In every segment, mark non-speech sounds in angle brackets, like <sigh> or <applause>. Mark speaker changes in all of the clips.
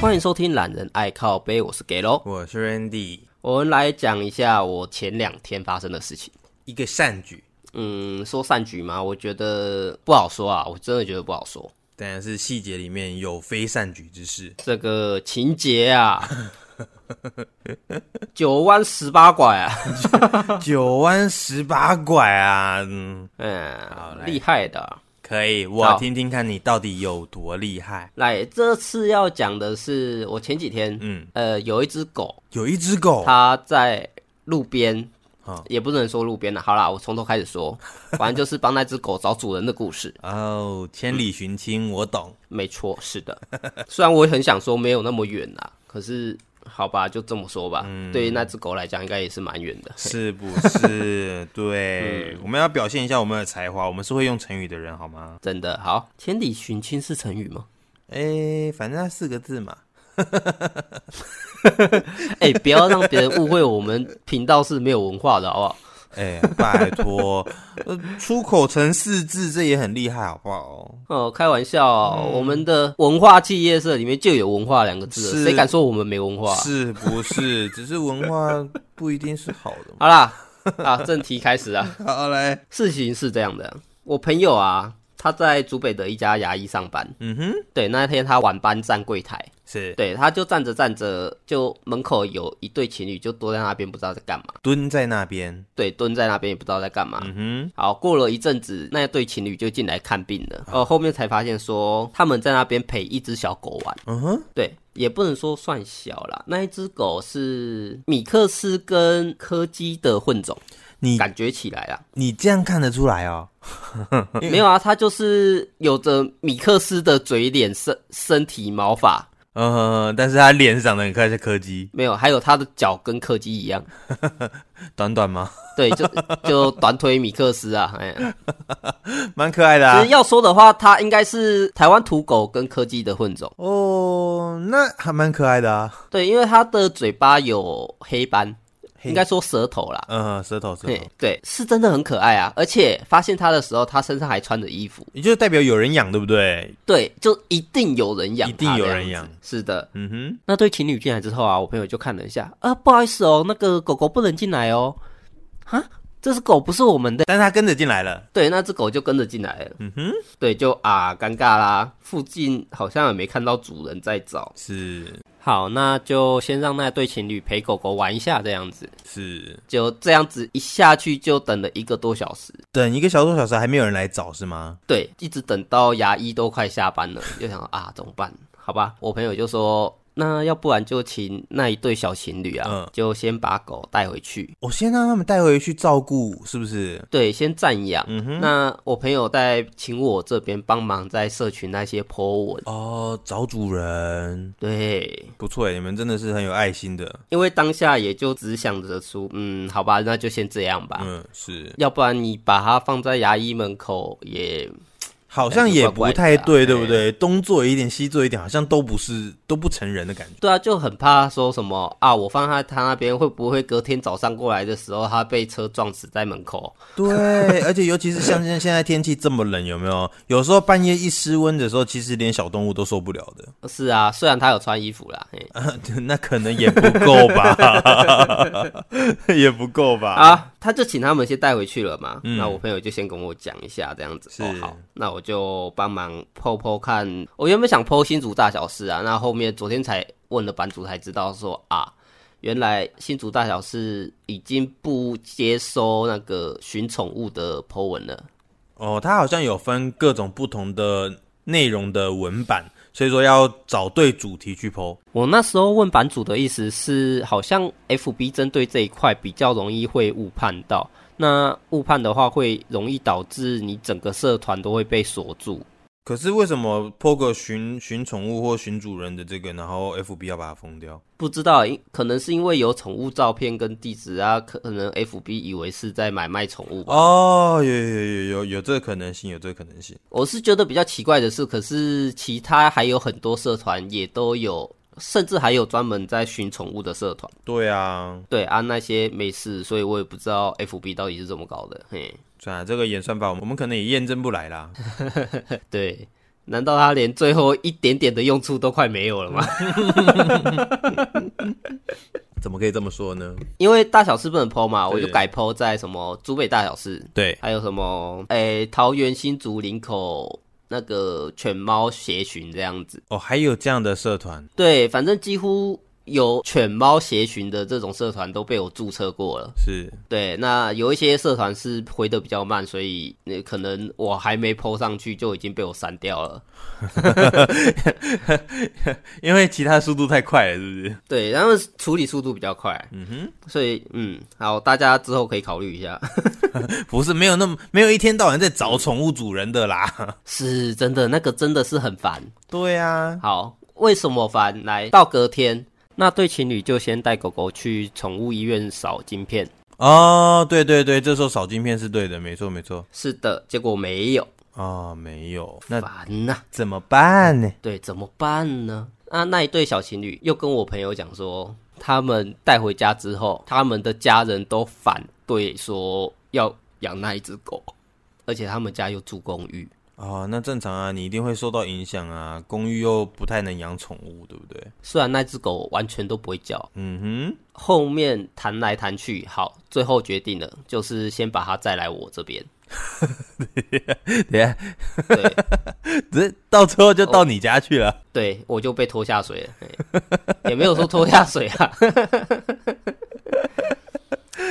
Speaker 1: 欢迎收听《懒人爱靠背》，我是 g a l o
Speaker 2: 我是 Randy，
Speaker 1: 我们来讲一下我前两天发生的事情。
Speaker 2: 一个善举，
Speaker 1: 嗯，说善举嘛，我觉得不好说啊，我真的觉得不好说。
Speaker 2: 当然是细节里面有非善举之 <laughs> 事。
Speaker 1: 这个情节
Speaker 2: <laughs>
Speaker 1: 啊，九弯十八拐啊，
Speaker 2: 九弯十八拐啊，嗯，好
Speaker 1: 嗯，
Speaker 2: 来
Speaker 1: 厉害的啊、
Speaker 2: 可以，
Speaker 1: 好
Speaker 2: 我听听看你到底有多厉害。
Speaker 1: 来，这次要讲的是我前几天，
Speaker 2: 嗯，
Speaker 1: 呃，有一只狗，
Speaker 2: 有一只狗，
Speaker 1: 它在路边
Speaker 2: 哦，
Speaker 1: 也不能说路边了，好啦，我从头开始说，反正就是帮那只狗找主人的故事。
Speaker 2: 哦，千里寻亲，我 <laughs> 懂。
Speaker 1: 没错，是的。 <laughs> 虽然我也很想说没有那么远啦，可是好吧，就这么说吧。
Speaker 2: 嗯
Speaker 1: 对于那只狗来讲，应该也是蛮远的。
Speaker 2: 是不是？对，我们要表现一下我们的才华，我们是会用成语的人，好吗？
Speaker 1: 真的好，千里寻亲是成语吗？ <laughs>
Speaker 2: 哎，反正它四个字嘛。
Speaker 1: 哎、不要让别人误会我们频道是没有文化的，好不好？
Speaker 2: 哎，拜托，呃出口成四字，这也很厉害，好不好？
Speaker 1: 哦，开玩笑哦、
Speaker 2: 嗯
Speaker 1: 我们的文化企业社里面就有“文化”两个字了，
Speaker 2: 是
Speaker 1: 谁敢说我们没文化、啊
Speaker 2: 是不是？只是文化不一定是好的嘛。
Speaker 1: 好啦，啊，正题开始啊。
Speaker 2: <laughs>
Speaker 1: <laughs>
Speaker 2: 好来，
Speaker 1: 事情是这样的，我朋友啊，他在竹北的一家牙医上班，
Speaker 2: 嗯哼，
Speaker 1: 对，那天他晚班站柜台，
Speaker 2: 是
Speaker 1: 对，他就站着站着，就门口有一对情侣就蹲在那边，不知道在干嘛。
Speaker 2: 蹲在那边。
Speaker 1: 对，蹲在那边也不知道在干嘛。
Speaker 2: 嗯
Speaker 1: 好，过了一阵子，那对情侣就进来看病了。哦，后面才发现说他们在那边陪一只小狗玩。
Speaker 2: 哼，嗯哼，
Speaker 1: 对，也不能说算小啦，那一只狗是米克斯跟柯基的混种，
Speaker 2: 你
Speaker 1: 感觉起来啦。
Speaker 2: 你这样看得出来哦。
Speaker 1: 没有啊，它就是有着米克斯的嘴脸、身身体毛发，
Speaker 2: 呃，但是他脸是长得很像柯基，
Speaker 1: 没有，还有它的脚跟柯基一样。
Speaker 2: 短短吗？
Speaker 1: 对， <laughs> 就就短腿米克斯啊，哎，
Speaker 2: <laughs> 蛮可爱的
Speaker 1: 其
Speaker 2: 啊
Speaker 1: 实。要说的话，它应该是台湾土狗跟柯基的混种，
Speaker 2: 哦，那还蛮可爱的啊。
Speaker 1: 对，因为它的嘴巴有黑斑，应该说舌头啦，
Speaker 2: 嗯、舌头舌
Speaker 1: 对
Speaker 2: 头，
Speaker 1: 对，是真的很可爱啊，而且发现它的时候，它身上还穿着衣服，
Speaker 2: 也就是代表有人养，对不对？
Speaker 1: 对，就一定有人养它这
Speaker 2: 一定
Speaker 1: 样子，
Speaker 2: 有人养
Speaker 1: 是的。
Speaker 2: 嗯哼，
Speaker 1: 那对情侣进来之后啊，我朋友就看了一下，啊，不好意思哦，那个狗狗不能进来哦，啊，这只狗不是我们的，
Speaker 2: 但是他跟着进来了。
Speaker 1: 对，那只狗就跟着进来了，
Speaker 2: 嗯哼，
Speaker 1: 对，就啊，尴尬啦，附近好像也没看到主人在找。
Speaker 2: 是
Speaker 1: 好，那就先让那对情侣陪狗狗玩一下，这样子，
Speaker 2: 是，
Speaker 1: 就这样子一下去就等了一个多小时，
Speaker 2: 等一个小多小时还没有人来找是吗？
Speaker 1: 对，一直等到牙医都快下班了， <laughs> 就想啊怎么办？好吧，我朋友就说。那要不然就请那一对小情侣啊，
Speaker 2: 嗯
Speaker 1: 就先把狗带回去，
Speaker 2: 我先让他们带回去照顾，是不是？
Speaker 1: 对，先暂养。
Speaker 2: 嗯哼。
Speaker 1: 那我朋友在请我这边帮忙，在社群那些 po 文，
Speaker 2: 哦，找主人
Speaker 1: 对，
Speaker 2: 不错耶，你们真的是很有爱心的。
Speaker 1: 因为当下也就只想着说，嗯，好吧，那就先这样吧，
Speaker 2: 嗯，是，
Speaker 1: 要不然你把它放在牙医门口也
Speaker 2: 好像也不
Speaker 1: 怪
Speaker 2: 太
Speaker 1: 怪的啊
Speaker 2: 对，对不对？东做一点，西做一点，好像都不是都不成人的感觉。
Speaker 1: 对啊，就很怕说什么啊，我放在他那边会不会隔天早上过来的时候，他被车撞死在门口？
Speaker 2: 对， <laughs> 而且尤其是像现现在天气这么冷，有没有？有时候半夜一失温的时候，其实连小动物都受不了的。
Speaker 1: 是啊，虽然他有穿衣服啦，嘿
Speaker 2: <laughs> 那可能也不够
Speaker 1: <laughs>
Speaker 2: 吧，也不够吧。
Speaker 1: 啊，他就请他们先带回去了嘛。那我朋友就先跟我讲一下这样子。
Speaker 2: 是
Speaker 1: 哦，好，那我就帮忙剖剖看。我原本想剖新竹大小事啊，那后面昨天才问了版主才知道说啊，原来新竹大小事已经不接收那个寻宠物的剖文了。
Speaker 2: 哦，它好像有分各种不同的内容的文版，所以说要找对主题去剖。
Speaker 1: 我那时候问版主的意思是，好像 FB 针对这一块比较容易会误判到，那误判的话会容易导致你整个社团都会被锁住。
Speaker 2: 可是为什么 POG 寻寻宠物或寻主人的这个，然后 FB 要把它封掉？
Speaker 1: 不知道，因可能是因为有宠物照片跟地址啊，可能 FB 以为是在买卖宠物吧。
Speaker 2: 哦，有有有有有这个可能性，有这个可能性。
Speaker 1: 我是觉得比较奇怪的是，可是其他还有很多社团也都有，甚至还有专门在寻宠物的社团。
Speaker 2: 对啊，
Speaker 1: 对啊，那些没事，所以我也不知道 FB 到底是怎么搞的。嘿，
Speaker 2: <laughs> 算了，这个演算法我们可能也验证不来啦。
Speaker 1: 对，难道它连最后一点点的用处都快没有了吗？
Speaker 2: 怎么可以这么说呢？
Speaker 1: 因为大小事不能剖嘛，
Speaker 2: 对
Speaker 1: 我就改剖在什么竹北大小事，
Speaker 2: 对，
Speaker 1: 还有什么诶、桃园新竹林口那个犬猫协群这样子。
Speaker 2: 哦，还有这样的社团，
Speaker 1: 对，反正几乎有犬猫协群的这种社团都被我注册过了。
Speaker 2: 是
Speaker 1: 对，那有一些社团是回的比较慢，所以呃可能我还没 PO 上去就已经被我删掉了。
Speaker 2: 因为其他速度太快了，是不是？
Speaker 1: 对，然后处理速度比较快，嗯哼，所以嗯，好，大家之后可以考虑一下，
Speaker 2: <laughs>
Speaker 1: <laughs>
Speaker 2: 不是没有那么没有一天到晚在找宠物主人的啦。
Speaker 1: 是真的，那个真的是很烦。
Speaker 2: <laughs> 对啊，
Speaker 1: 好，为什么烦？来到隔天，那对情侣就先带狗狗去宠物医院扫晶片。
Speaker 2: 哦，对对对，这时候扫晶片是对的，没错没错。
Speaker 1: 是的，结果没有，
Speaker 2: 哦，没有，那
Speaker 1: 烦呐、
Speaker 2: 怎么办呢？
Speaker 1: 对，怎么办呢？那那一对小情侣又跟我朋友讲说，他们带回家之后，他们的家人都反对说要养那一只狗，而且他们家又住公寓。
Speaker 2: 哦，那正常啊，你一定会受到影响啊。公寓又不太能养宠物，对不对？
Speaker 1: 虽然那只狗完全都不会叫，
Speaker 2: 嗯
Speaker 1: 后面谈来谈去，好，最后决定了，就是先把它载来我这边。
Speaker 2: 哼， <laughs> 等一下，
Speaker 1: 对，
Speaker 2: 这到最后就到你家去了。
Speaker 1: 对我就被拖下水了，嘿也没有说拖下水啊，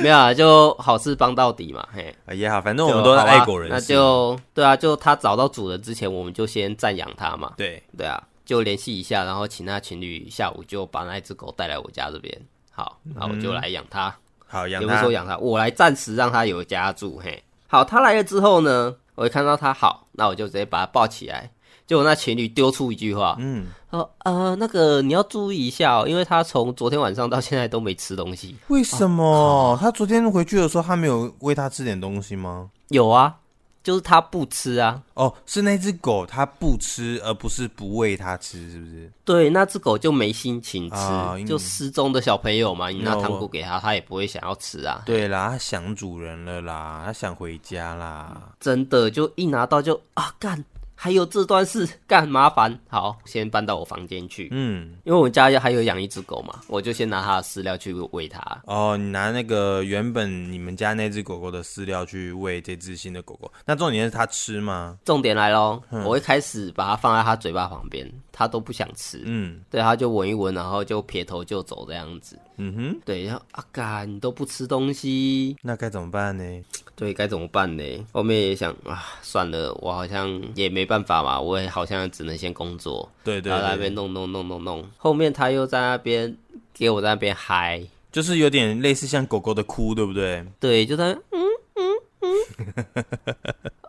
Speaker 1: 没有啊，就好事帮到底嘛，嘿。
Speaker 2: 啊也好，反正
Speaker 1: 就
Speaker 2: 我们都是
Speaker 1: 好吧
Speaker 2: 爱狗人士，
Speaker 1: 那就对啊，就他找到主人之前，我们就先赞扬他嘛，
Speaker 2: 对。
Speaker 1: 对啊，就联系一下，然后请那情侣下午就把那一只狗带来我家这边，好，那我
Speaker 2: 嗯
Speaker 1: 就来养它，
Speaker 2: 好养
Speaker 1: 也不是
Speaker 2: 它
Speaker 1: 说，养它，我来暂时让它有家住，嘿，好，它来了之后呢，我一看到它好，那我就直接把它抱起来，结果那情侣丢出一句话，
Speaker 2: 嗯，
Speaker 1: 哦，呃，那个你要注意一下哦，因为他从昨天晚上到现在都没吃东西。
Speaker 2: 为什么？他昨天回去的时候，他没有喂他吃点东西吗？
Speaker 1: 有啊，就是他不吃啊。
Speaker 2: 哦，是那只狗它不吃，而不是不喂它吃，是不是？
Speaker 1: 对，那只狗就没心情吃，
Speaker 2: 啊因为
Speaker 1: 就失踪的小朋友嘛，你拿
Speaker 2: 那
Speaker 1: 糖
Speaker 2: 我
Speaker 1: 果给他，他也不会想要吃啊。
Speaker 2: 对啦，它想主人了啦，它想回家啦。
Speaker 1: 真的，就一拿到就啊干，还有这段事干麻烦。好，先搬到我房间去，
Speaker 2: 嗯，
Speaker 1: 因为我们家还有养一只狗嘛，我就先拿它的饲料去喂它。
Speaker 2: 哦，你拿那个原本你们家那只狗狗的饲料去喂这只新的狗狗，那重点是它吃吗？
Speaker 1: 重点来喽，
Speaker 2: 嗯
Speaker 1: 我一开始把它放在它嘴巴旁边，它都不想吃。
Speaker 2: 嗯
Speaker 1: 对，他就闻一闻，然后就撇头就走这样子。
Speaker 2: 嗯哼，
Speaker 1: 对，然后啊，干，你都不吃东西，
Speaker 2: 那该怎么办呢？
Speaker 1: 对，该怎么办呢？后面也想啊，算了，我好像也没办法嘛，我也好像只能先工作，
Speaker 2: 对对
Speaker 1: 然后在那
Speaker 2: 对，
Speaker 1: 边弄弄弄弄弄。后面他又在那边给我在那边嗨，
Speaker 2: 就是有点类似像狗狗的哭，对不对？
Speaker 1: 对，就在那嗯嗯嗯，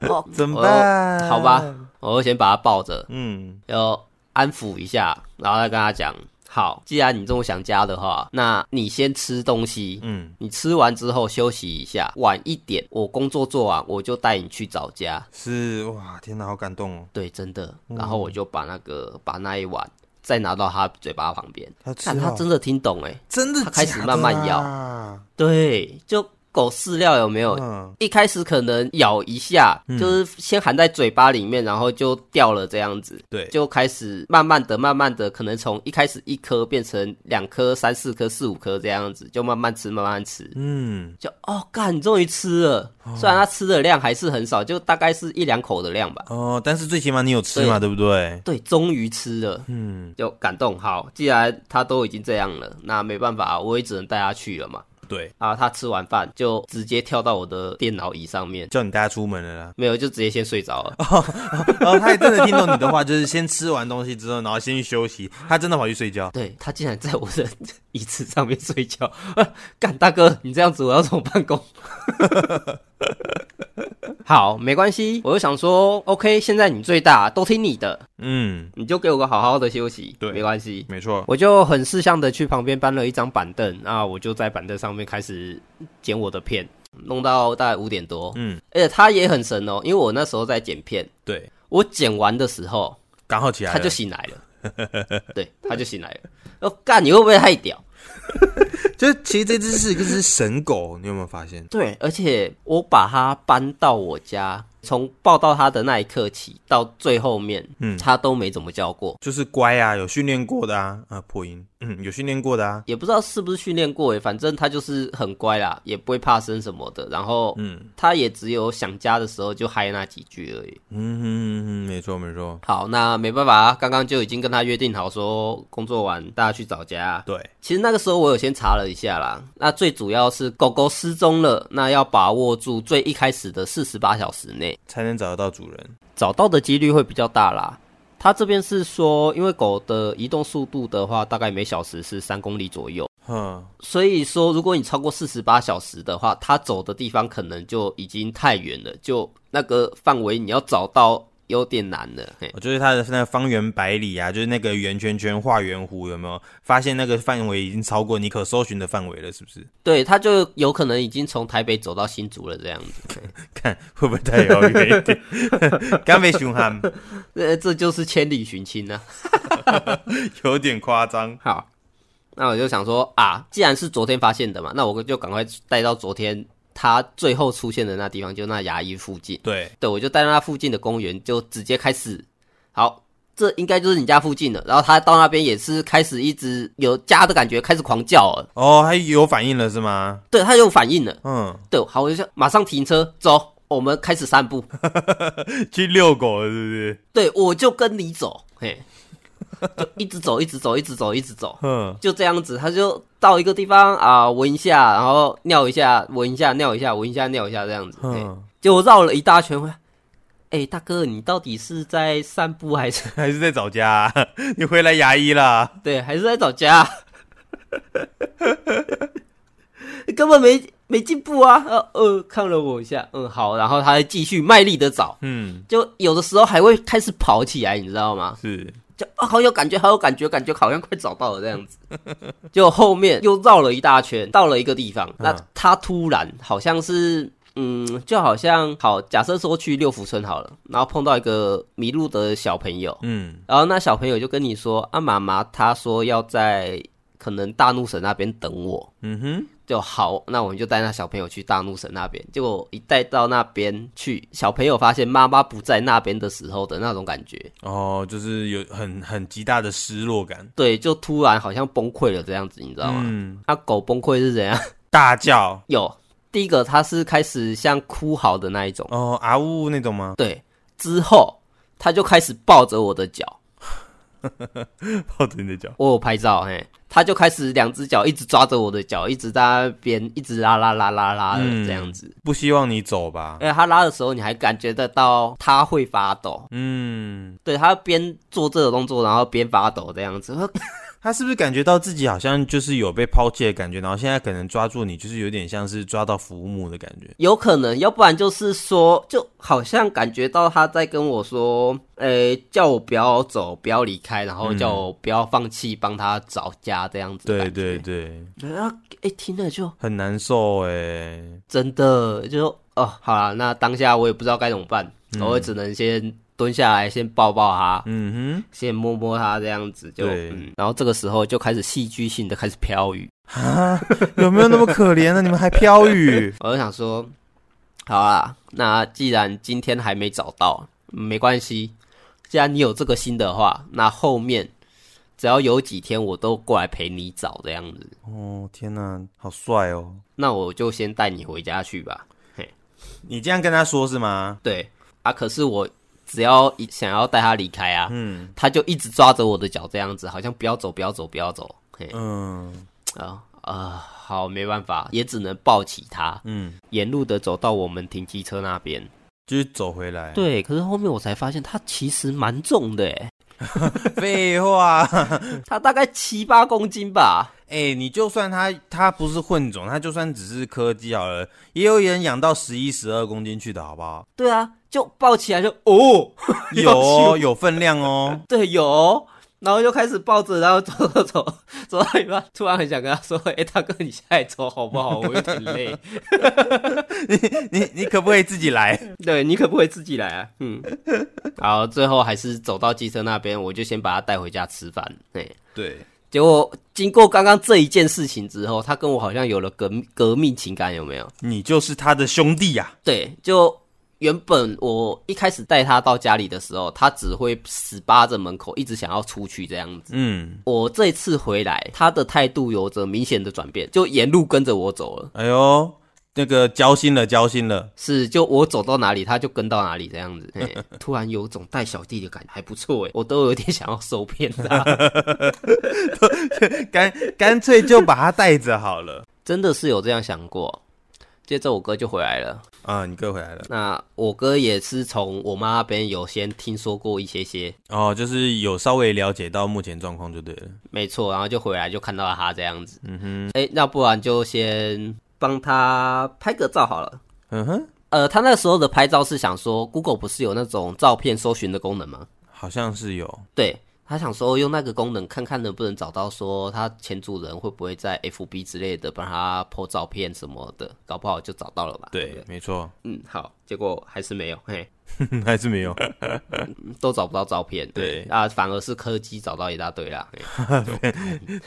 Speaker 1: 哦，
Speaker 2: 怎么办？
Speaker 1: 好吧，我就先把他抱着，
Speaker 2: 嗯，
Speaker 1: 要安抚一下，然后再跟他讲，好，既然你这么想家的话，那你先吃东西，
Speaker 2: 嗯，
Speaker 1: 你吃完之后休息一下，晚一点我工作做完，我就带你去找家。
Speaker 2: 是哇，天哪，好感动哦！
Speaker 1: 对，真的。然后我就把那个把那一碗再拿到他嘴巴旁边，
Speaker 2: 它吃
Speaker 1: 看他
Speaker 2: 哦
Speaker 1: 真的听懂哎。
Speaker 2: 真的
Speaker 1: 它开始
Speaker 2: 假的
Speaker 1: 慢慢
Speaker 2: 啊
Speaker 1: 对，就狗饲料有没有？
Speaker 2: 嗯，
Speaker 1: 一开始可能咬一下，就是先含在嘴巴里面，然后就掉了这样子，
Speaker 2: 对，
Speaker 1: 就开始慢慢的、慢慢的，可能从一开始一颗变成两颗、三四颗、四五颗这样子，就慢慢吃、慢慢吃。
Speaker 2: 嗯，哦
Speaker 1: 就哦，干，你终于吃了。虽然它吃的量还是很少，就大概是一两口的量吧。
Speaker 2: 哦，但是最起码你有吃嘛，对不对？
Speaker 1: 对，终于吃了，
Speaker 2: 嗯，
Speaker 1: 就感动。好，既然它都已经这样了，那没办法，我也只能带它去了嘛。
Speaker 2: 对，
Speaker 1: 啊，它吃完饭就直接跳到我的电脑椅上面，
Speaker 2: 叫你带它出门了啦。
Speaker 1: 没有，就直接先睡着了。
Speaker 2: <laughs> 然后哦它也真的听懂你的话，就是先吃完东西之后，然后先去休息，它真的跑去睡觉。
Speaker 1: 对，它竟然在我的 <laughs> 椅子上面睡觉。 <laughs> 啊干，大哥，你这样子我要怎么办公？ <laughs> 好，没关系，我就想说，OK，现在你最大，都听你的。
Speaker 2: 嗯，
Speaker 1: 你就给我个好好的休息，
Speaker 2: 对
Speaker 1: 没关系。
Speaker 2: 没错。
Speaker 1: 我就很识相的去旁边搬了一张板凳，啊，我就在板凳上面开始剪我的片，弄到大概五点多。
Speaker 2: 嗯，
Speaker 1: 而且他也很神哦，因为我那时候在剪片，
Speaker 2: 对，
Speaker 1: 我剪完的时候
Speaker 2: 刚好起来
Speaker 1: 他
Speaker 2: 了，
Speaker 1: 就醒来了，对，他就醒来了。哦，干，你会不会太屌？
Speaker 2: 就其实这只是一只神狗，你有没有发现？
Speaker 1: 对，而且我把它搬到我家，从抱到它的那一刻起到最后面，嗯，它都没怎么叫过，
Speaker 2: 就是乖啊，有训练过的啊，啊破音，嗯，有训练过的啊，
Speaker 1: 也不知道是不是训练过诶，反正它就是很乖啦，也不会怕生什么的。然后，嗯，它也只有想家的时候就嗨那几句而已。
Speaker 2: 嗯哼嗯哼，没错没错，
Speaker 1: 好，那没办法啊，刚刚就已经跟他约定好说，工作完大家去找家。
Speaker 2: 对，
Speaker 1: 其实那个时候我有先查了一下啦，那最主要是狗狗失踪了，那要把握住最一开始的四十八小时内，
Speaker 2: 才能找得到主人。
Speaker 1: 找到的几率会比较大啦。他这边是说，因为狗的移动速度的话，大概每小时是三公里左右，
Speaker 2: 哼，哦
Speaker 1: 所以说如果你超过四十八小时的话，它走的地方可能就已经太远了，就那个范围你要找到有点难了。嘿，
Speaker 2: 我就是它的那个方圆百里啊，就是那个圆圈圈画圆弧，有没有发现那个范围已经超过你可搜寻的范围了？是不是？
Speaker 1: 对，它就有可能已经从台北走到新竹了这样子。
Speaker 2: 看会不会太遥远一 <laughs> 点？刚被熊喊，
Speaker 1: 呃， <laughs> 这就是千里寻亲呢、
Speaker 2: 有点夸张。
Speaker 1: 好，那我就想说啊，既然是昨天发现的嘛，那我就赶快带到昨天它最后出现的那地方，就那牙医附近。
Speaker 2: 对，
Speaker 1: 对，我就带到那附近的公园，就直接开始。好，这应该就是你家附近了。然后它到那边也是开始一直有家的感觉，开始狂叫了。
Speaker 2: 哦，还有反应了是吗？
Speaker 1: 对，它有反应了。
Speaker 2: 嗯，
Speaker 1: 对，好，我就想马上停车，走，我们开始散步。
Speaker 2: 去遛狗了是不是？
Speaker 1: 对，我就跟你走，嘿，就一直走，一直走，一直走，一直走，
Speaker 2: 嗯，
Speaker 1: 就这样子，他就到一个地方啊，闻一下，然后尿一下，闻一下，尿一下，闻一下，尿一下，这样子，嘿
Speaker 2: 嗯，
Speaker 1: 结果绕了一大圈回来。哎、大哥，你到底是在散步还是
Speaker 2: 还是在找家 <laughs> 啊、你回来牙医啦？
Speaker 1: 对，还是在找家、根本没没进步啊！呃呃，看了我一下，嗯，好，然后他还继续卖力的找，
Speaker 2: 嗯，
Speaker 1: 就有的时候还会开始跑起来，你知道吗？
Speaker 2: 是，
Speaker 1: 就啊，好有感觉，好有感觉，感觉好像快找到了这样子。就后面又绕了一大圈，到了一个地方，那
Speaker 2: 嗯
Speaker 1: 他突然好像是。嗯，就好像好，假设说去六福村好了，然后碰到一个迷路的小朋友，
Speaker 2: 嗯，
Speaker 1: 然后那小朋友就跟你说：“啊，妈妈，她说要在可能大怒神那边等我。
Speaker 2: 嗯哼，”
Speaker 1: 就好，那我们就带那小朋友去大怒神那边。结果一带到那边去，小朋友发现妈妈不在那边的时候的那种感觉，
Speaker 2: 哦，就是有很很极大的失落感，
Speaker 1: 对，就突然好像崩溃了这样子，你知道啊吗？
Speaker 2: 嗯，
Speaker 1: 那、狗崩溃是怎样？ <laughs>
Speaker 2: 大叫，
Speaker 1: 有第一个，它是开始像哭嚎的那一种，
Speaker 2: 哦，啊呜那种吗？
Speaker 1: 对，之后它就开始抱着我的脚，
Speaker 2: 抱着你的脚，
Speaker 1: 我有拍照，嘿，他就开始两只脚一直抓着我的脚，一直在那边一直拉拉拉拉拉的
Speaker 2: 嗯
Speaker 1: 这样子。
Speaker 2: 不希望你走吧？
Speaker 1: 而且他拉的时候，你还感觉得到他会发抖，
Speaker 2: 嗯，
Speaker 1: 对他边做这个动作，然后边发抖这样子。
Speaker 2: 他是不是感觉到自己好像就是有被抛弃的感觉，然后现在可能抓住你，就是有点像是抓到浮木的感觉？
Speaker 1: 有可能，要不然就是说，就好像感觉到他在跟我说，诶、叫我不要走，不要离开，然
Speaker 2: 嗯
Speaker 1: 后叫我不要放弃，帮他找家这样子。
Speaker 2: 对对，对，
Speaker 1: 然后诶、听了就
Speaker 2: 很难受哎、
Speaker 1: 真的就哦，好啦，那当下我也不知道该怎么办，我也只能先蹲下来，先抱抱他，
Speaker 2: 嗯
Speaker 1: 先摸摸他，这样子就，
Speaker 2: 对
Speaker 1: 嗯，然后这个时候就开始戏剧性的开始飘雨，
Speaker 2: 哼，啊，有没有那么可怜呢？你们还飘雨？
Speaker 1: 我就想说，好啦，那既然今天还没找到，嗯没关系，既然你有这个心的话，那后面只要有几天我都过来陪你找这样子，
Speaker 2: <laughs> 哦，天哪，好帅哦！
Speaker 1: 那我就先带你回家去吧，嘿，
Speaker 2: 你这样跟他说是吗？
Speaker 1: 对啊，可是我只要一想要带他离开啊，
Speaker 2: 嗯
Speaker 1: 他就一直抓着我的脚这样子，好像不要走，不要走，不要走。嘿
Speaker 2: 嗯
Speaker 1: 啊啊、好，没办法，也只能抱起他，
Speaker 2: 嗯，
Speaker 1: 沿路的走到我们停机车那边。
Speaker 2: 就是走回来。，
Speaker 1: 对，可是后面我才发现他其实蛮重的，诶，
Speaker 2: 废话， <laughs>
Speaker 1: 他大概七八公斤吧。
Speaker 2: 哎、你就算他他不是混种，他就算只是柯基好了，也有人养到十一十二公斤去的好不 <laughs> 好？
Speaker 1: 对啊，就抱起来就哦， <laughs>
Speaker 2: 有哦，有分量哦。
Speaker 1: 对有哦，然后就开始抱着，然后走走走走到一半，突然很想跟他说：“哎、大哥，你下来走好不好？我有点累。”
Speaker 2: 你你可不可以自己来？
Speaker 1: 对你可不可以自己来啊？嗯，好，最后还是走到机车那边，我就先把它带回家吃饭。哎，
Speaker 2: 对，
Speaker 1: 结果经过刚刚这一件事情之后，他跟我好像有了革命革命情感，有没有？
Speaker 2: 你就是他的兄弟呀、
Speaker 1: 对，就原本我一开始带他到家里的时候，他只会死扒着门口，一直想要出去这样子。
Speaker 2: 嗯，
Speaker 1: 我这次回来，他的态度有着明显的转变，就沿路跟着我走了。
Speaker 2: 哎呦，那个交心了，交心了。
Speaker 1: 是，就我走到哪里，他就跟到哪里这样子。 <laughs> 嘿突然有种带小弟的感觉，还不错哎，我都有点想要收编 <laughs> 他。
Speaker 2: 干干脆就把他带着好了。
Speaker 1: 真的是有这样想过。接着我哥就回来了，
Speaker 2: 啊，你哥回来了
Speaker 1: 那我哥也是从我妈那边有先听说过一些些，
Speaker 2: 哦，就是有稍微了解到目前状况就对了。
Speaker 1: 没错，然后就回来就看到他这样子。嗯哼，哎、那不然就先帮他拍个照好了。
Speaker 2: 嗯哼，
Speaker 1: 呃，他那时候的拍照是想说，Google 不是有那种照片搜寻的功能吗？
Speaker 2: 好像是有。
Speaker 1: 对他想说用那个功能看看能不能找到说他前主人会不会在 FB 之类的帮他 po 照片什么的，搞不好就找到了吧？不
Speaker 2: 对，没错， <laughs>
Speaker 1: 嗯，好，结果还是没有，嘿，
Speaker 2: 还是没有，
Speaker 1: 都找不到照片，
Speaker 2: 对
Speaker 1: 啊，反而是柯基找到一大堆啦。嘿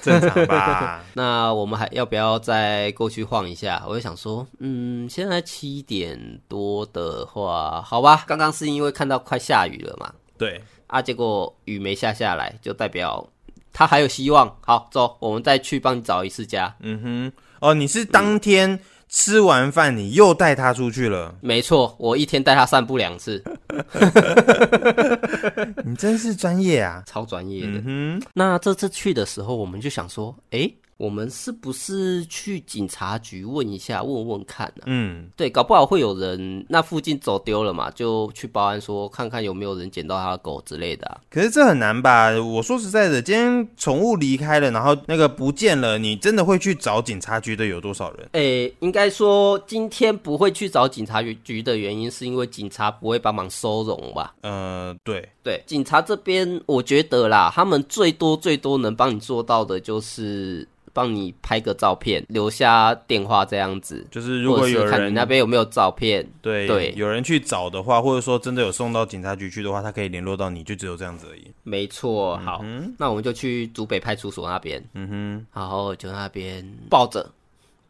Speaker 2: 正
Speaker 1: <laughs>
Speaker 2: 常吧？
Speaker 1: 那我们还要不要再过去晃一下？我就想说，嗯，现在七点多的话，好吧，刚刚是因为看到快下雨了嘛，
Speaker 2: 对，
Speaker 1: 啊，结果雨没下下来，就代表他还有希望。好，走，我们再去帮你找一次家。
Speaker 2: 嗯哼，哦，你是当天吃完饭，你又带他出去了，
Speaker 1: 没错，我一天带他散步两次，
Speaker 2: <laughs> 你真是专业啊！
Speaker 1: 超专业的。
Speaker 2: 嗯哼，
Speaker 1: 那这次去的时候，我们就想说，诶、我们是不是去警察局问一下，问问看呢、
Speaker 2: 嗯，
Speaker 1: 对，搞不好会有人那附近走丢了嘛，就去报案说看看有没有人捡到他的狗之类的啊、
Speaker 2: 可是这很难吧？我说实在的，今天宠物离开了，然后那个不见了，你真的会去找警察局的有多少人？
Speaker 1: 诶、应该说今天不会去找警察局的原因，是因为警察不会帮忙收容吧？
Speaker 2: 呃，对，
Speaker 1: 对，警察这边我觉得啦，他们最多最多能帮你做到的就是帮你拍个照片，留下电话这样子，
Speaker 2: 就是如果
Speaker 1: 或者
Speaker 2: 有
Speaker 1: 是看
Speaker 2: 人
Speaker 1: 你那边有没有照片，
Speaker 2: 对
Speaker 1: 对
Speaker 2: 有人去找的话，或者说真的有送到警察局去的话，他可以联络到你，就只有这样子而已。
Speaker 1: 没错，好，那我们就去竹北派出所那边，嗯哼，然后就那边抱着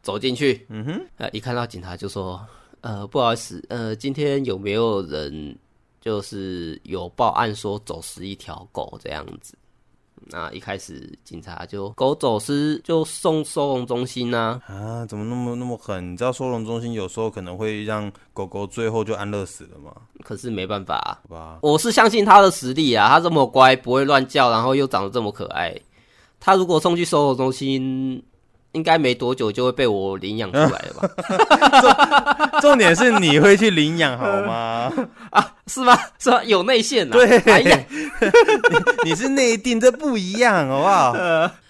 Speaker 1: 走进去，嗯哼，呃，一看到警察就说，呃，不好意思，呃，今天有没有人就是有报案说走失一条狗这样子？那一开始警察就狗走失就送收容中心呐、
Speaker 2: 啊，怎么那么那么狠？你知道收容中心有时候可能会让狗狗最后就安乐死了吗？
Speaker 1: 可是没办法、啊，
Speaker 2: 好吧，
Speaker 1: 我是相信他的实力啊，他这么乖，不会乱叫，然后又长得这么可爱，他如果送去收容中心，应该没多久就会被我领养出来了
Speaker 2: <laughs>
Speaker 1: 吧？
Speaker 2: 重点是你会去领养好
Speaker 1: <laughs>
Speaker 2: 吗？
Speaker 1: 是吗？是吗？有内线啊！
Speaker 2: 对
Speaker 1: 哎呀，
Speaker 2: 你是内定，这不一样，好不好？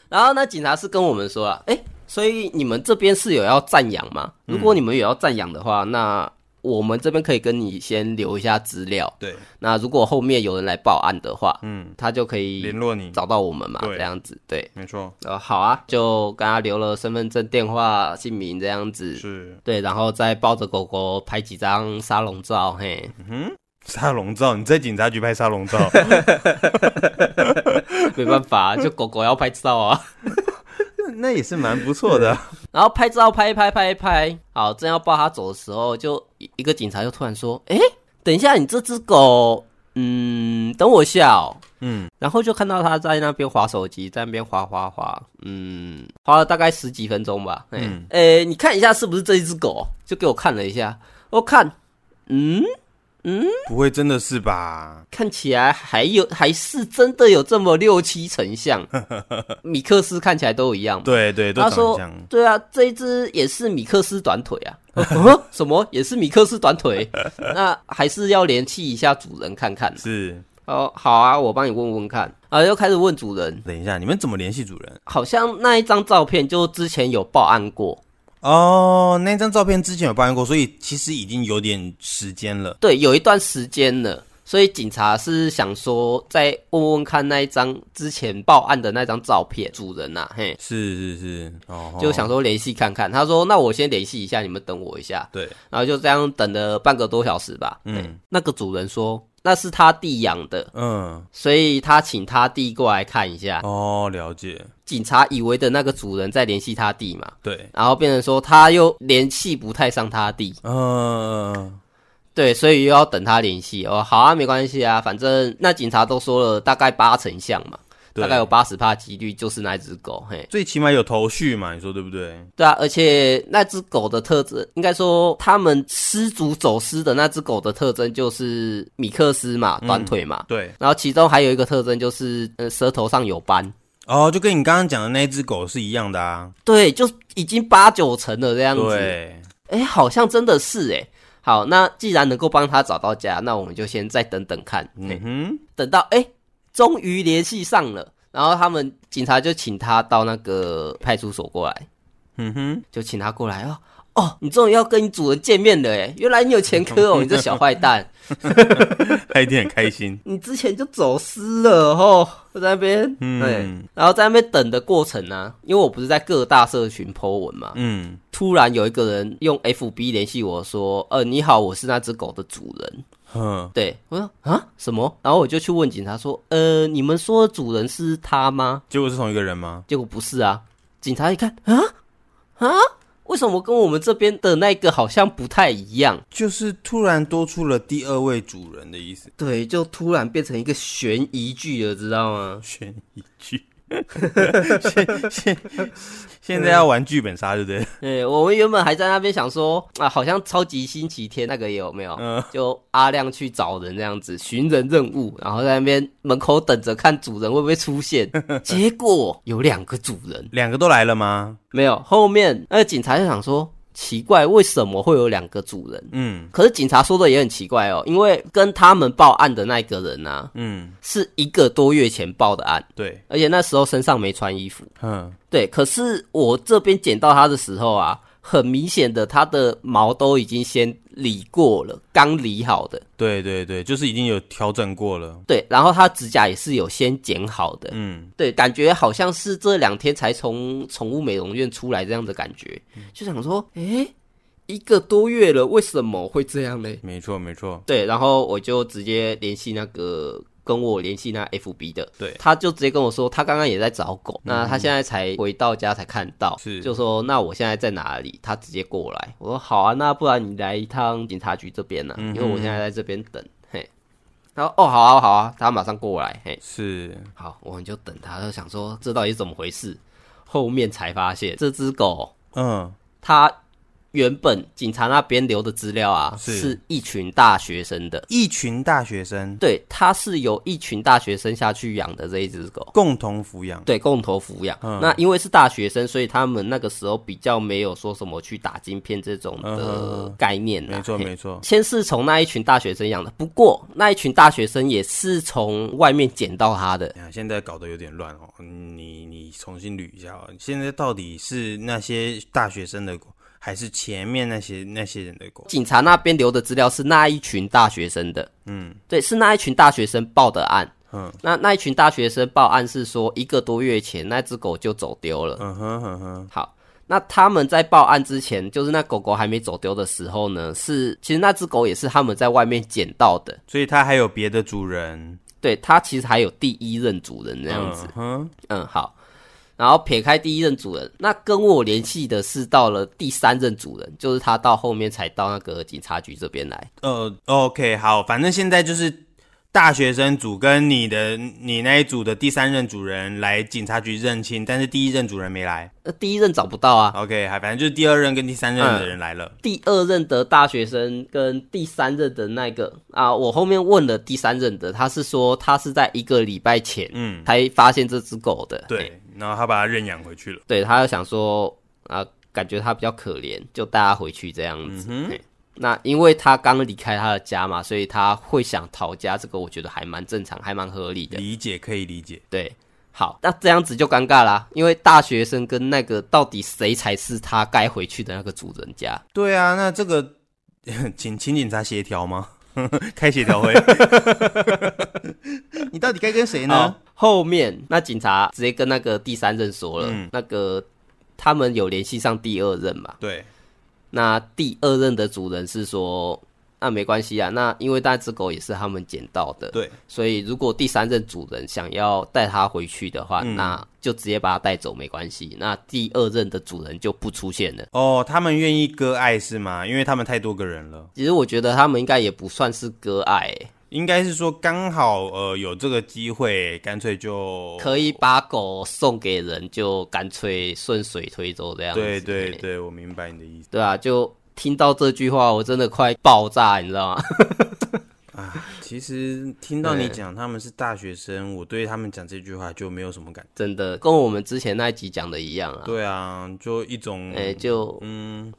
Speaker 1: 然后呢，警察是跟我们说啊，哎、所以你们这边是有要暂养吗？
Speaker 2: 嗯
Speaker 1: 如果你们有要暂养的话，那我们这边可以跟你先留一下资料。
Speaker 2: 对，
Speaker 1: 那如果后面有人来报案的话，
Speaker 2: 嗯，
Speaker 1: 他就可以
Speaker 2: 联络你，
Speaker 1: 找到我们嘛，
Speaker 2: 对
Speaker 1: 这样子对。
Speaker 2: 没错，
Speaker 1: 呃，好啊，就跟他留了身份证、电话、姓名这样子。
Speaker 2: 是
Speaker 1: 对，然后再抱着狗狗拍几张沙龙照，嘿， <laughs>
Speaker 2: 沙龙照。你在警察局拍沙龙照，
Speaker 1: 没办法，就狗狗要拍照啊。
Speaker 2: <laughs>
Speaker 1: <laughs>
Speaker 2: 那也是蛮不错的。
Speaker 1: 然后拍照拍一拍拍一拍，好，正要抱它走的时候，就一一个警察就突然说：“诶，等一下，你这只狗，嗯，等我一下哦。”
Speaker 2: 嗯，
Speaker 1: 然后就看到它在那边划手机，在那边划划划，嗯，划了大概十几分钟吧。嘿
Speaker 2: 嗯
Speaker 1: 诶，你看一下是不是这一只狗？就给我看了一下，我看，嗯，
Speaker 2: 不会真的是吧？
Speaker 1: 看起来还有还是真的有这么六七成
Speaker 2: <laughs>
Speaker 1: 像，米克斯看起来都一样。
Speaker 2: 对对，都
Speaker 1: 他
Speaker 2: 长得
Speaker 1: 说
Speaker 2: 像。：“
Speaker 1: 对啊，这一只也是米克斯短腿啊。 <laughs> 我说”哦什么也是米克斯短
Speaker 2: <laughs>
Speaker 1: 腿？那还是要联系一下主人看看。
Speaker 2: 是，
Speaker 1: 哦，好啊，我帮你问问看。啊，又开始问主人，
Speaker 2: 等一下，你们怎么联系主人？
Speaker 1: 好像那一张照片就之前有报案过，
Speaker 2: 哦，那张照片之前有报案过，所以其实已经有点时间了。
Speaker 1: 对，有一段时间了。所以警察是想说，再问问看那一张之前报案的那张照片，主人呐、啊，嘿，
Speaker 2: 是是是，哦，
Speaker 1: 就想说联系看看。他说：“那我先联系一下，你们等我一下。
Speaker 2: 对，”
Speaker 1: 然后就这样等了半个多小时吧。嗯，那个主人说那是他弟养的，
Speaker 2: 嗯，
Speaker 1: 所以他请他弟过来看一下。
Speaker 2: 哦，了解，
Speaker 1: 警察以为的那个主人在联系他弟嘛，
Speaker 2: 对，
Speaker 1: 然后变成说他又联系不太上他弟，
Speaker 2: 嗯，
Speaker 1: 对，所以又要等他联系哦。好啊，没关系啊，反正那警察都说了，大概八成像嘛，
Speaker 2: 对
Speaker 1: 大概有八十帕几率就是那只狗，嘿，
Speaker 2: 最起码有头绪嘛，你说对不对？
Speaker 1: 对啊，而且那只狗的特征，应该说他们失足走失的那只狗的特征就是米克斯嘛，
Speaker 2: 嗯
Speaker 1: 短腿嘛，
Speaker 2: 对，
Speaker 1: 然后其中还有一个特征就是，呃，舌头上有斑，
Speaker 2: 哦，就跟你刚刚讲的那只狗是一样的啊，
Speaker 1: 对，就已经八九成了这样子，
Speaker 2: 对，
Speaker 1: 哎，好像真的是哎。好，那既然能够帮他找到家，那我们就先再等等看，嘿
Speaker 2: 嗯哼，
Speaker 1: 等到哎，终于联系上了，然后他们警察就请他到那个派出所过来，
Speaker 2: 嗯哼，
Speaker 1: 就请他过来哦。哦，你终于要跟你主人见面了哎！原来你有前科
Speaker 2: <laughs>
Speaker 1: 哦，你这小坏蛋，。
Speaker 2: 他一定很开心
Speaker 1: 你之前就走失了哦，在那边，
Speaker 2: 嗯
Speaker 1: 对，然后在那边等的过程呢、因为我不是在各大社群 po 文嘛，
Speaker 2: 嗯，
Speaker 1: 突然有一个人用 FB 联系我说，呃，你好，我是那只狗的主人，
Speaker 2: 哼，
Speaker 1: 对我说啊什么？然后我就去问警察说，呃，你们说的主人是他吗？
Speaker 2: 结果是同一个人吗？
Speaker 1: 结果不是啊，警察一看啊啊，为什么跟我们这边的那个好像不太一样？
Speaker 2: 就是突然多出了第二位主人的意思，
Speaker 1: 对，就突然变成一个悬疑剧了，知道吗？
Speaker 2: <laughs> 悬疑剧。 <laughs> 现现现在要玩剧本杀，对不对？
Speaker 1: 对，我们原本还在那边想说啊，好像超级星期天那个也有没有？
Speaker 2: 嗯
Speaker 1: 就阿亮去找人这样子，寻人任务，然后在那边门口等着看主人会不会出现。结果有两个主人
Speaker 2: 两个都来了吗？
Speaker 1: 没有，后面那个警察就想说，奇怪，为什么会有两个主人？
Speaker 2: 嗯
Speaker 1: 可是警察说的也很奇怪哦，因为跟他们报案的那个人啊，
Speaker 2: 嗯，
Speaker 1: 是一个多月前报的案，
Speaker 2: 对，
Speaker 1: 而且那时候身上没穿衣服。
Speaker 2: 嗯，
Speaker 1: 对，可是我这边捡到它的时候啊，很明显的，它的毛都已经先理过了，刚理好的。
Speaker 2: 对对对，就是已经有调整过了。
Speaker 1: 对，然后它指甲也是有先剪好的。
Speaker 2: 嗯，
Speaker 1: 对，感觉好像是这两天才从宠物美容院出来这样的感觉，就想说，诶，一个多月了，为什么会这样嘞？
Speaker 2: 没错没错。
Speaker 1: 对，然后我就直接联系那个跟我联系那 FB 的，
Speaker 2: 对嗯
Speaker 1: 他就直接跟我说，他刚刚也在找狗，那他现在才回到家才看到，
Speaker 2: 是
Speaker 1: 就说那我现在在哪里？他直接过来，我说好啊，那不然你来一趟警察局这边呢、
Speaker 2: 嗯
Speaker 1: 啊，因为我现在在这边等，嘿，然后哦好啊好啊，他马上过来，嘿，
Speaker 2: 是，
Speaker 1: 好，我们就等他，就想说这到底是怎么回事？后面才发现这只狗
Speaker 2: 嗯，
Speaker 1: 它。原本警察那边留的资料啊，
Speaker 2: 是
Speaker 1: 是一群大学生的，
Speaker 2: 一群大学生
Speaker 1: 对，它是由一群大学生下去养的这一只狗，
Speaker 2: 共同抚养。
Speaker 1: 对，共同抚养。
Speaker 2: 嗯
Speaker 1: 那因为是大学生，所以他们那个时候比较没有说什么去打晶片这种
Speaker 2: 嗯
Speaker 1: 的概念、啊
Speaker 2: 没错
Speaker 1: 嘿
Speaker 2: 没错。
Speaker 1: 先是从那一群大学生养的，不过那一群大学生也是从外面捡到它的。
Speaker 2: 啊，现在搞得有点乱哦，你你重新捋一下哦。现在到底是那些大学生的狗，还是前面那些那些人的狗？
Speaker 1: 警察那边留的资料是那一群大学生的，
Speaker 2: 嗯，
Speaker 1: 对，是那一群大学生报的案。
Speaker 2: 嗯，
Speaker 1: 那那一群大学生报案是说一个多月前那只狗就走丢了。
Speaker 2: 嗯哼哼哼，
Speaker 1: 好，那他们在报案之前，就是那狗狗还没走丢的时候呢，是其实那只狗也是他们在外面捡到的。
Speaker 2: 所以它还有别的主人，
Speaker 1: 对，它其实还有第一任主人这样子。
Speaker 2: 嗯哼，
Speaker 1: 嗯好。然后撇开第一任主人，那跟我联系的是到了第三任主人，就是他到后面才到那个警察局这边来。
Speaker 2: 呃，OK，好，反正现在就是大学生组跟你的你那一组的第三任主人来警察局认亲，但是第一任主人没来。
Speaker 1: 那呃第一任找不到啊，
Speaker 2: OK，还反正就是第二任跟第三任的人来了。
Speaker 1: 第二任的大学生跟第三任的那个啊，我后面问了第三任的，他是说他是在一个礼拜前
Speaker 2: 嗯，
Speaker 1: 才发现这只狗的。嘿
Speaker 2: 对，然后他把它认养回去了。
Speaker 1: 对他就想说啊，感觉他比较可怜，就带他回去这样子。
Speaker 2: 嗯
Speaker 1: 嘿那因为他刚离开他的家嘛，所以他会想逃家，这个我觉得还蛮正常，还蛮合理的。
Speaker 2: 理解可以理解，
Speaker 1: 对，好，那这样子就尴尬啦，因为大学生跟那个到底谁才是他该回去的那个主人家？
Speaker 2: 对啊，那这个 <laughs> 请请警察协调吗？ <laughs> 开协调会，你到底该跟谁
Speaker 1: 好
Speaker 2: 呢？，
Speaker 1: 哦后面那警察直接跟那个第三任说了，
Speaker 2: 嗯
Speaker 1: 那个他们有联系上第二任嘛，
Speaker 2: 对，
Speaker 1: 那第二任的主人是说，那没关系啊，那因为那只狗也是他们捡到的，
Speaker 2: 对，
Speaker 1: 所以如果第三任主人想要带它回去的话，
Speaker 2: 嗯
Speaker 1: 那就直接把它带走没关系。那第二任的主人就不出现了。
Speaker 2: 哦，他们愿意割爱是吗？因为他们太多个人了，
Speaker 1: 其实我觉得他们应该也不算是割爱、欸
Speaker 2: 应该是说刚好呃有这个机会，干脆就
Speaker 1: 可以把狗送给人，就干脆顺水推舟这样子。
Speaker 2: 对对对，我明白你的意思。
Speaker 1: 对啊，就听到这句话，我真的快爆炸，你知道吗？ <laughs>
Speaker 2: 啊其实听到你讲他们是大学生，我对他们讲这句话就没有什么感觉。
Speaker 1: 真的跟我们之前那一集讲的一样啊。
Speaker 2: 对啊，就一种
Speaker 1: 哎、就
Speaker 2: 嗯，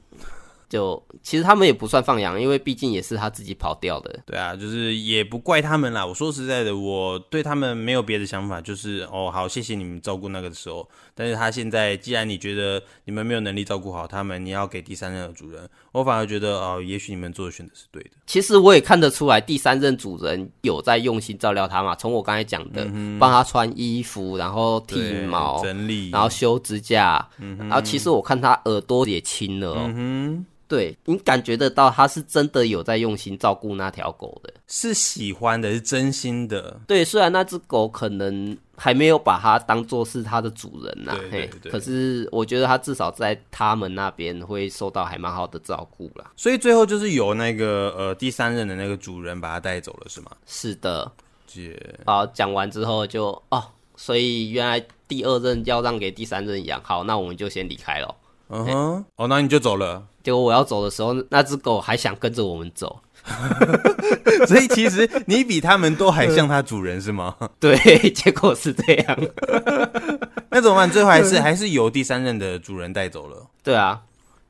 Speaker 1: 就其实他们也不算放羊，因为毕竟也是他自己跑掉的。
Speaker 2: 对啊，就是也不怪他们啦。我说实在的，我对他们没有别的想法，就是哦，好，谢谢你们照顾那个时候。但是他现在，既然你觉得你们没有能力照顾好他们，你要给第三任的主人，我反而觉得哦，也许你们做的选择是对的。
Speaker 1: 其实我也看得出来，第三任主人有在用心照料他嘛。从我刚才讲的，帮、他穿衣服，然后剃
Speaker 2: 嗯对
Speaker 1: 毛，
Speaker 2: 整理，嗯
Speaker 1: 然后修指甲，然后其实我看他耳朵也清了、哦。对你感觉得到，他是真的有在用心照顾那条狗的。
Speaker 2: 是喜欢的，是真心的。
Speaker 1: 对，虽然那只狗可能还没有把它当做是它的主人呐、
Speaker 2: 对
Speaker 1: 嘿
Speaker 2: 对，对
Speaker 1: 可是我觉得它至少在他们那边会受到还蛮好的照顾啦。
Speaker 2: 所以最后就是由那个呃第三任的那个主人把他带走了，是吗？
Speaker 1: 是的，
Speaker 2: 姐，
Speaker 1: 好，讲完之后就哦，所以原来第二任要让给第三任养，好，那我们就先离开咯。
Speaker 2: 嗯
Speaker 1: 哎
Speaker 2: 哼，哦，那你就走了。 <laughs>
Speaker 1: 结果我要走的时候，那只狗还想跟着我们走，
Speaker 2: 所以其实你比他们都还像他主人是吗？
Speaker 1: 对， <laughs> 结果是这样，
Speaker 2: 那怎么办？最后还是还是由第三任的主人带走了。
Speaker 1: 对啊，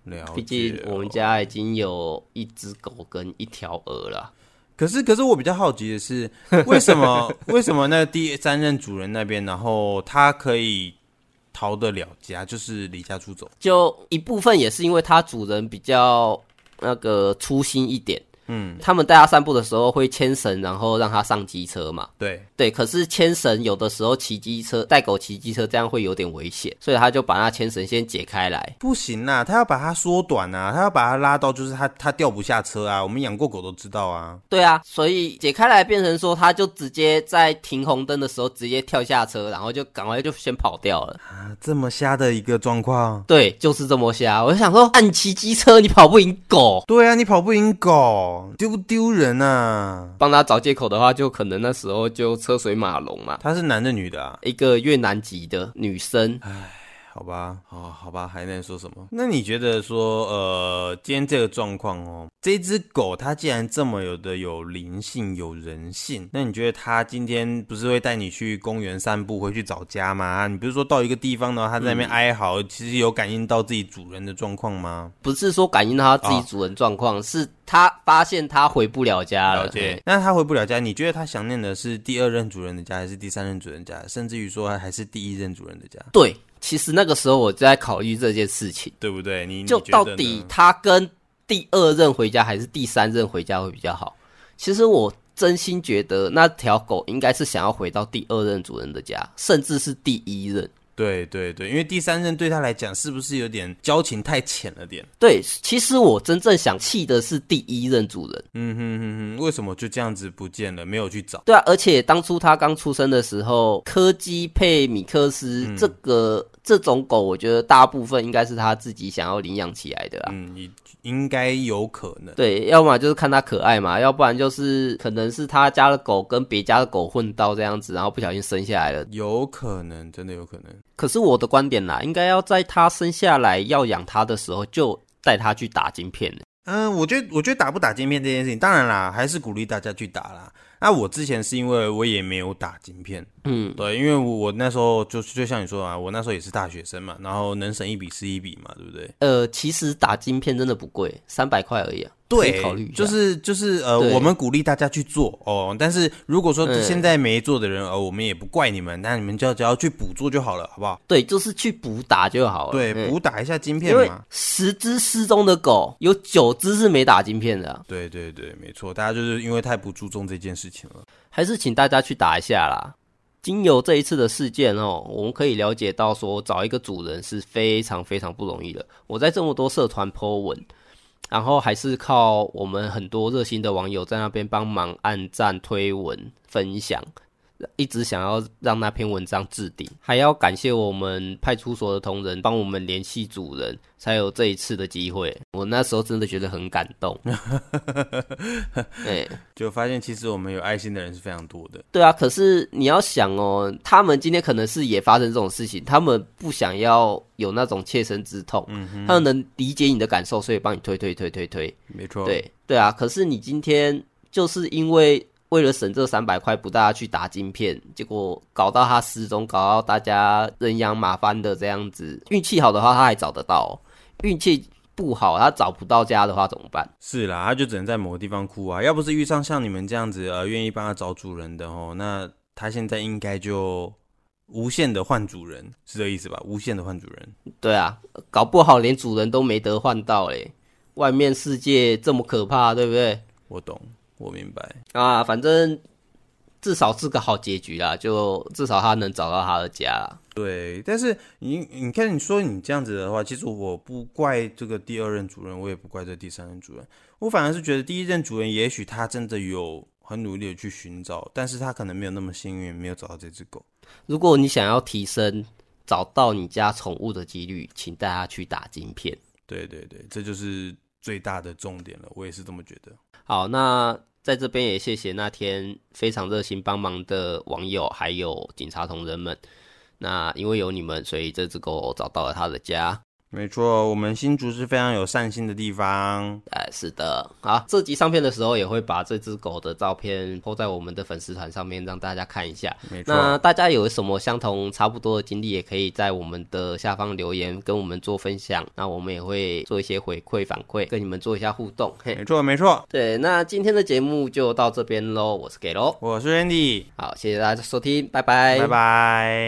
Speaker 2: 了解，
Speaker 1: 毕竟我们家已经有一只狗跟一条鹅了。
Speaker 2: 可是可是我比较好奇
Speaker 1: <laughs>
Speaker 2: 的是，为什么为什么那第三任主人那边，然后他可以逃得了家，就是离家出走？
Speaker 1: 就一部分也是因为它主人比较那个粗心一点，嗯，他们带它散步的时候会牵绳，然后让它上机车嘛。
Speaker 2: 对，
Speaker 1: 对，可是牵绳有的时候骑机车带狗骑机车这样会有点危险，所以他就把那牵绳先解开来。
Speaker 2: 不行啊，他要把它缩短啊，他要把它拉到就是他他掉不下车啊。我们养过狗都知道啊。
Speaker 1: 对啊，所以解开来变成说，他就直接在停红灯的时候直接跳下车，然后就赶快就先跑掉了。
Speaker 2: 啊，这么瞎的一个状况。
Speaker 1: 对，就是这么瞎。我就想说，按骑机车你跑不赢狗，
Speaker 2: 对啊，你跑不赢狗，丢不丢人啊？
Speaker 1: 帮他找借口的话，就可能那时候就车水马龙嘛。
Speaker 2: 他是男的女的啊？
Speaker 1: 一个越南籍的女生，
Speaker 2: 好吧，好好吧，还能说什么？那你觉得说，呃，今天这个状况哦，这只狗它既然这么有的有灵性、有人性，那你觉得它今天不是会带你去公园散步，回去找家吗？你不是说到一个地方呢，它在那
Speaker 1: 嗯
Speaker 2: 边哀嚎，其实有感应到自己主人的状况吗？
Speaker 1: 不是说感应到她自己主人状况，是她发现她回不了家了。
Speaker 2: 了解
Speaker 1: 嘿。
Speaker 2: 那它回不了家，你觉得它想念的是第二任主人的家，还是第三任主人的家，甚至于说还是第一任主人的家，
Speaker 1: 对，其实那个时候我就在考虑这件事情，
Speaker 2: 对不对？你
Speaker 1: 就
Speaker 2: 嗯你觉
Speaker 1: 到
Speaker 2: 得呢
Speaker 1: 底她跟第二任回家还是第三任回家会比较好？其实我真心觉得那条狗应该是想要回到第二任主人的家，甚至是第一任。
Speaker 2: 对对对，因为第三任对他来讲是不是有点交情太浅了点？
Speaker 1: 对，其实我真正想气的是第一任主人。
Speaker 2: 嗯哼哼哼，为什么就这样子不见了，没有去找？
Speaker 1: 对啊，而且当初他刚出生的时候，柯基配米克斯、
Speaker 2: 嗯
Speaker 1: 这个这种狗，我觉得大部分应该是他自己想要领养起来的啦。
Speaker 2: 嗯，你应该有可能。
Speaker 1: 对，要么就是看它可爱嘛，要不然就是可能是他家的狗跟别家的狗混到这样子，然后不小心生下来了。
Speaker 2: 有可能，真的有可能。
Speaker 1: 可是我的观点啦，应该要在它生下来要养它的时候，就带它去打晶片了。
Speaker 2: 嗯，我觉得，我觉得打不打晶片这件事情，当然啦，还是鼓励大家去打啦。那我之前是因为我也没有打晶片，
Speaker 1: 嗯，
Speaker 2: 对，因为我我那时候就是就像你说啊，我那时候也是大学生嘛，然后能省一笔是一笔嘛，对不对？
Speaker 1: 呃，其实打晶片真的不贵，三百块而已、啊，可
Speaker 2: 对，
Speaker 1: 以考虑一下
Speaker 2: 就是就是呃，
Speaker 1: 对
Speaker 2: 我们鼓励大家去做哦。但是如果说
Speaker 1: 嗯
Speaker 2: 现在没做的人，呃，我们也不怪你们，那你们就只要去补做就好了，好不好？
Speaker 1: 对，就是去补打就好了。嗯
Speaker 2: 对，补打一下晶片
Speaker 1: 因为
Speaker 2: 嘛。
Speaker 1: 十只失踪的狗，有九只是没打晶片的啊、
Speaker 2: 对对对，没错，大家就是因为太不注重这件事情了。
Speaker 1: 还是请大家去打一下啦。经由这一次的事件哦，我们可以了解到说，找一个主人是非常非常不容易的。我在这么多社团 po 文，然后还是靠我们很多热心的网友在那边帮忙按赞、推文、分享，一直想要让那篇文章置顶，还要感谢我们派出所的同仁帮我们联系主人，才有这一次的机会。我那时候真的觉得很感动。对
Speaker 2: 就发现其实我们有爱心的人是非常多的。
Speaker 1: 对啊，可是你要想哦，他们今天可能是也发生这种事情，他们不想要有那种切身之痛，他们能理解你的感受，所以帮你推推推推推。
Speaker 2: 没错，，
Speaker 1: 对对啊，可是你今天就是因为为了省这三百块，不大家去打晶片，结果搞到他失踪，搞到大家人仰马翻的这样子。运气好的话，他还找得到；哦运气不好，他找不到家的话怎么办？
Speaker 2: 是啦，他就只能在某个地方哭啊。要不是遇上像你们这样子，呃，愿意帮他找主人的哦，那他现在应该就无限的换主人，是这意思吧？无限的换主人。
Speaker 1: 对啊，搞不好连主人都没得换到嘞。外面世界这么可怕，对不对？
Speaker 2: 我懂，我明白。
Speaker 1: 啊，反正至少是个好结局啦，就至少他能找到他的家啦。
Speaker 2: 对，但是你你看，你说你这样子的话，其实我不怪这个第二任主人，我也不怪这第三任主人，我反而是觉得第一任主人也许他真的有很努力的去寻找，但是他可能没有那么幸运，没有找到这只狗。
Speaker 1: 如果你想要提升找到你家宠物的几率，请带它去打晶片。
Speaker 2: 对对对，这就是最大的重点了，我也是这么觉得。
Speaker 1: 好，那在这边也谢谢那天非常热心帮忙的网友，还有警察同仁们。那因为有你们，所以这只狗找到了它的家。
Speaker 2: 没错，我们新竹是非常有善心的地方。
Speaker 1: 哎，是的，好，这集上片的时候也会把这只狗的照片 po 在我们的粉丝团上面，让大家看一下。
Speaker 2: 没错，
Speaker 1: 那大家有什么相同差不多的经历，也可以在我们的下方留言跟我们做分享，那我们也会做一些回馈反馈，跟你们做一下互动。嘿，
Speaker 2: 没错，没错。
Speaker 1: 对，那今天的节目就到这边喽，我是给喽，
Speaker 2: 我是 Randy，
Speaker 1: 好，谢谢大家收听，拜
Speaker 2: 拜拜。